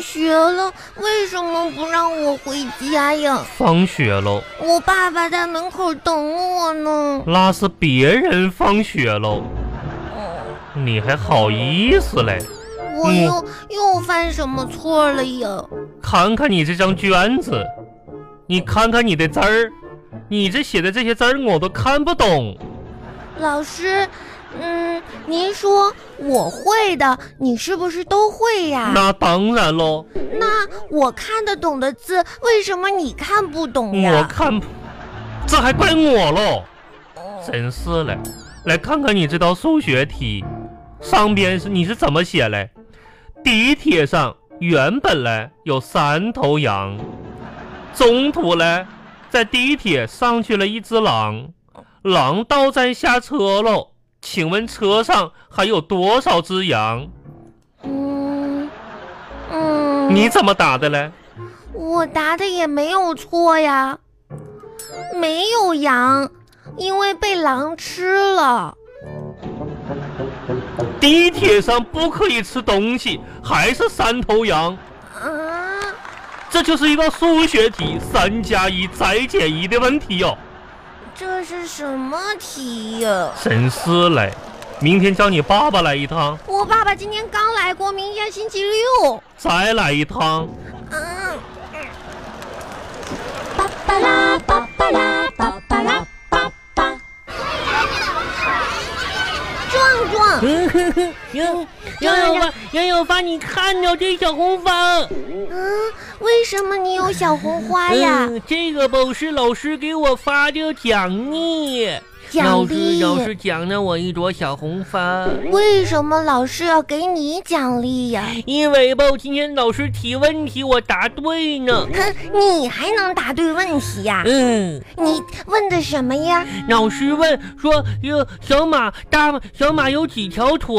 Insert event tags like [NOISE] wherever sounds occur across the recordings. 学了，为什么不让我回家呀？放学喽，我爸爸在门口等我呢。那是别人放学喽，你还好意思嘞？我又、嗯又犯什么错了呀？看看你这张卷子，你看看你的字儿，你这写的这些字儿我都看不懂。老师，嗯，您说我会的，你是不是都会呀？那当然喽，那我看得懂的字，为什么你看不懂嗯我呀？看不，这还怪我喽，真是嘞。来看看你这道数学题，上边是你是怎么写嘞？地铁上原本嘞有三头羊，中途嘞在地铁上去了一只狼，狼到站下车喽。请问车上还有多少只羊？嗯嗯，你怎么答的嘞？我答的也没有错呀，没有羊，因为被狼吃了。地铁上不可以吃东西，还是三头羊？啊，这就是一道数学题，三加一再减一的问题哦。这是什么题呀？真是嘞，明天叫你爸爸来一趟，我爸爸今天刚来过，明天星期六。再来一 [LAUGHS] 趟。嗯，巴巴拉巴巴拉巴巴拉巴巴。壮壮，杨杨小发，杨小发，你看着这小红花嗯，为什么你有小红花哎呀？嗯，这个不是老师给我发的奖励，奖老师励？老师奖了我一朵小红花。为什么老师要给你奖励呀？因为吧，今天老师提问题，我答对呢。哼，你还能答对问题呀？嗯，你问的什么呀？老师问说：“哟，小马大小马有几条腿？”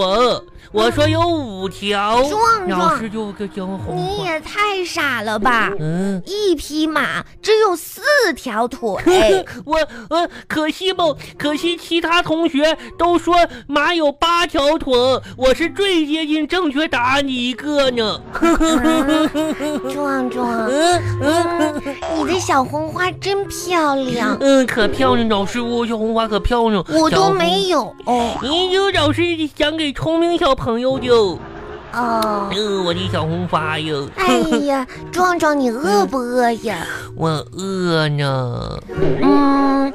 我说有五条。壮壮老师就给小红你花。也太傻了吧！嗯，一匹马只有四条 [LAUGHS] 腿，哎我呃，可惜不，可惜其他同学都说马有八条腿，我是最接近正确答案的一个呢。壮 [LAUGHS] 壮，嗯嗯，你的小红花真漂亮，嗯，可漂亮，老师，我小红花可漂亮，我小都红。没有哦。你就老师讲给聪明小朋友的，哦嗯、我的小红 [LAUGHS] 花哟，哎呀，壮壮，你饿不饿呀？我饿呢。嗯，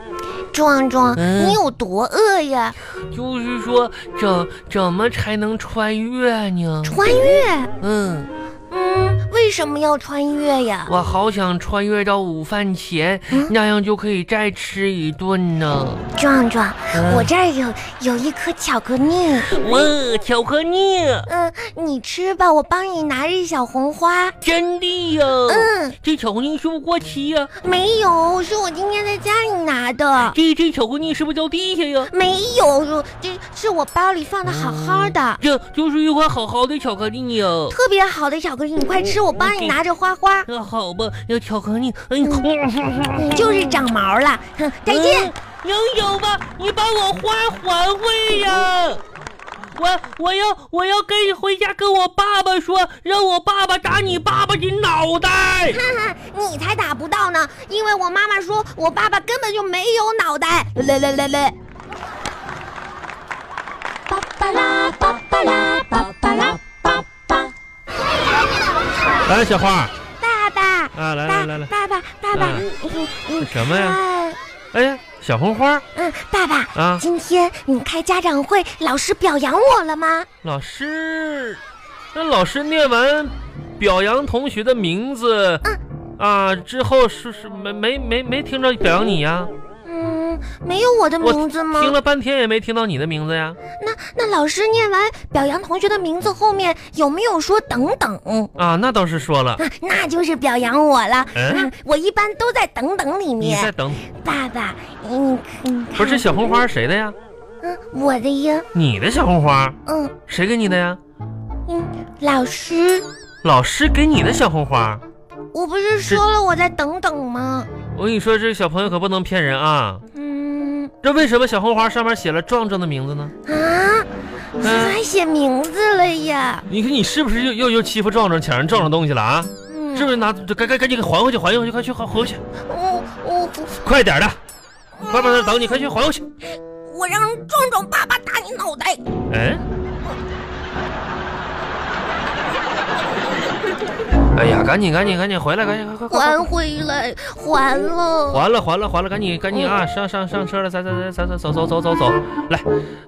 壮壮，嗯你有多饿呀？就是说，怎怎么才能穿越呢？穿越？嗯。嗯，为什么要穿越呀？我好想穿越到午饭前，那样就可以再吃一顿呢。壮壮，嗯我这儿有有一颗巧克力，哇，巧克力，嗯，你吃吧，我帮你拿着小红花。真的呀！嗯，这巧克力是不是过期呀、没有，是我今天在家里拿的，这这巧克力是不是掉地下呀？没有，这是我包里放的好好的，这就是一块好好的巧克力呀、特别好的巧克力，你快吃，我嗯帮你拿着花花，那好吧，那巧克力，哎呀，你就是长毛了，哼，嗯再见。杨小吧，你把我花还回呀！我我要我要跟回家跟我爸爸说，让我爸爸打你爸爸的脑袋。你才打不到呢，因为我妈妈说我爸爸根本就没有脑袋。来来来来，巴巴拉巴巴拉巴巴拉巴巴。来，哎小花儿爸爸，啊，来爸来来来，爸爸爸爸，嗯你你什么呀？看，哎呀，小红花儿嗯，爸爸，啊，今天你开家长会，老师表扬我了吗？老师，那老师念完表扬同学的名字嗯啊之后是是没没没没听着表扬你呀、嗯，没有我的我名字吗？听了半天也没听到你的名字呀。那那老师念完表扬同学的名字后面有没有说等等？啊，啊，那倒是说了，那就是表扬我了。嗯嗯，我一般都在等等里你再面。等，爸爸，哎你你不是小红花儿谁的呀？嗯，我的呀，你的小红花儿嗯谁给你的呀？嗯，老师，老师给你的小红花儿。我不是说了我在等等吗？我跟你说，这小朋友可不能骗人啊！嗯这为什么小红花上面写了壮壮的名字呢？啊，这还写名字了呀？你看你是不是又又又欺负壮壮，抢人壮壮东西了啊？嗯，是不是拿赶赶赶紧给还回去，还回去，快去还回去，我我嗯快点的，外面在等你，快去还回去。我让壮壮爸爸打你脑袋！嗯。哎呀，赶紧赶紧赶紧回来，赶紧快快快！还回来，还了！还了还了还了，赶嗯紧赶紧啊！上上上车了，咱咱咱咱咱走走走走走，来，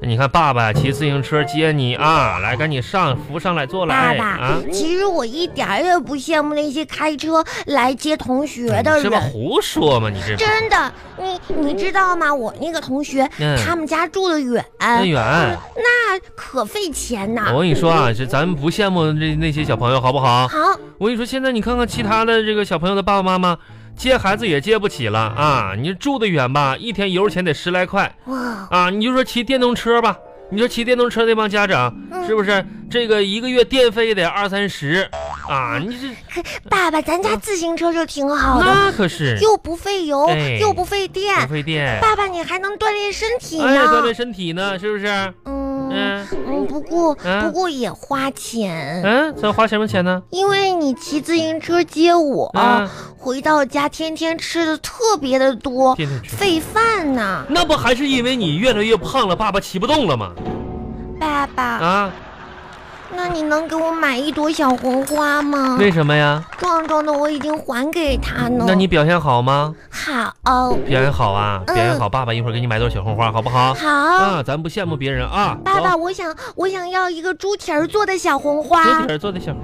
你看爸爸骑自行车接你啊！来，赶紧上扶上来坐爸来爸啊！，其实我一点儿也不羡慕那些开车来接同学的这不人。胡说吗？你这真的，你你知道吗？我那个同学，嗯他们家住的远，那远，那可费钱呐。我跟你说啊，这咱不羡慕那那些小朋友好不好？好，我跟你说，现在你看看其他的这个小朋友的爸爸妈妈，接孩子也接不起了啊！你住得远吧，一天油钱得十来块哇，啊！你就说骑电动车吧，你说骑电动车那帮家长嗯是不是这个一个月电费得二三十啊？你这可爸爸，咱家自行车就挺好的，那可是又不费油哎，又不费电。不费电，爸爸，你还能锻炼身体哎，呢。锻炼身体呢，是不是？嗯嗯嗯，不过嗯不过也花钱。嗯，咱花什么钱呢？因为你骑自行车接我，啊回到家天天吃的特别的多，天天吃费饭呢。那不还是因为你越来越胖了，爸爸骑不动了吗？爸爸，啊，那你能给我买一朵小红花吗？为什么呀？壮壮的我已经还给他呢。那你表现好吗？好、表演好啊，嗯表演好，爸爸一会儿给你买朵小红花，好不好？好、啊，咱不羡慕别人啊。爸爸，走，我想我想要一个猪蹄儿做的小红花。有点做的小红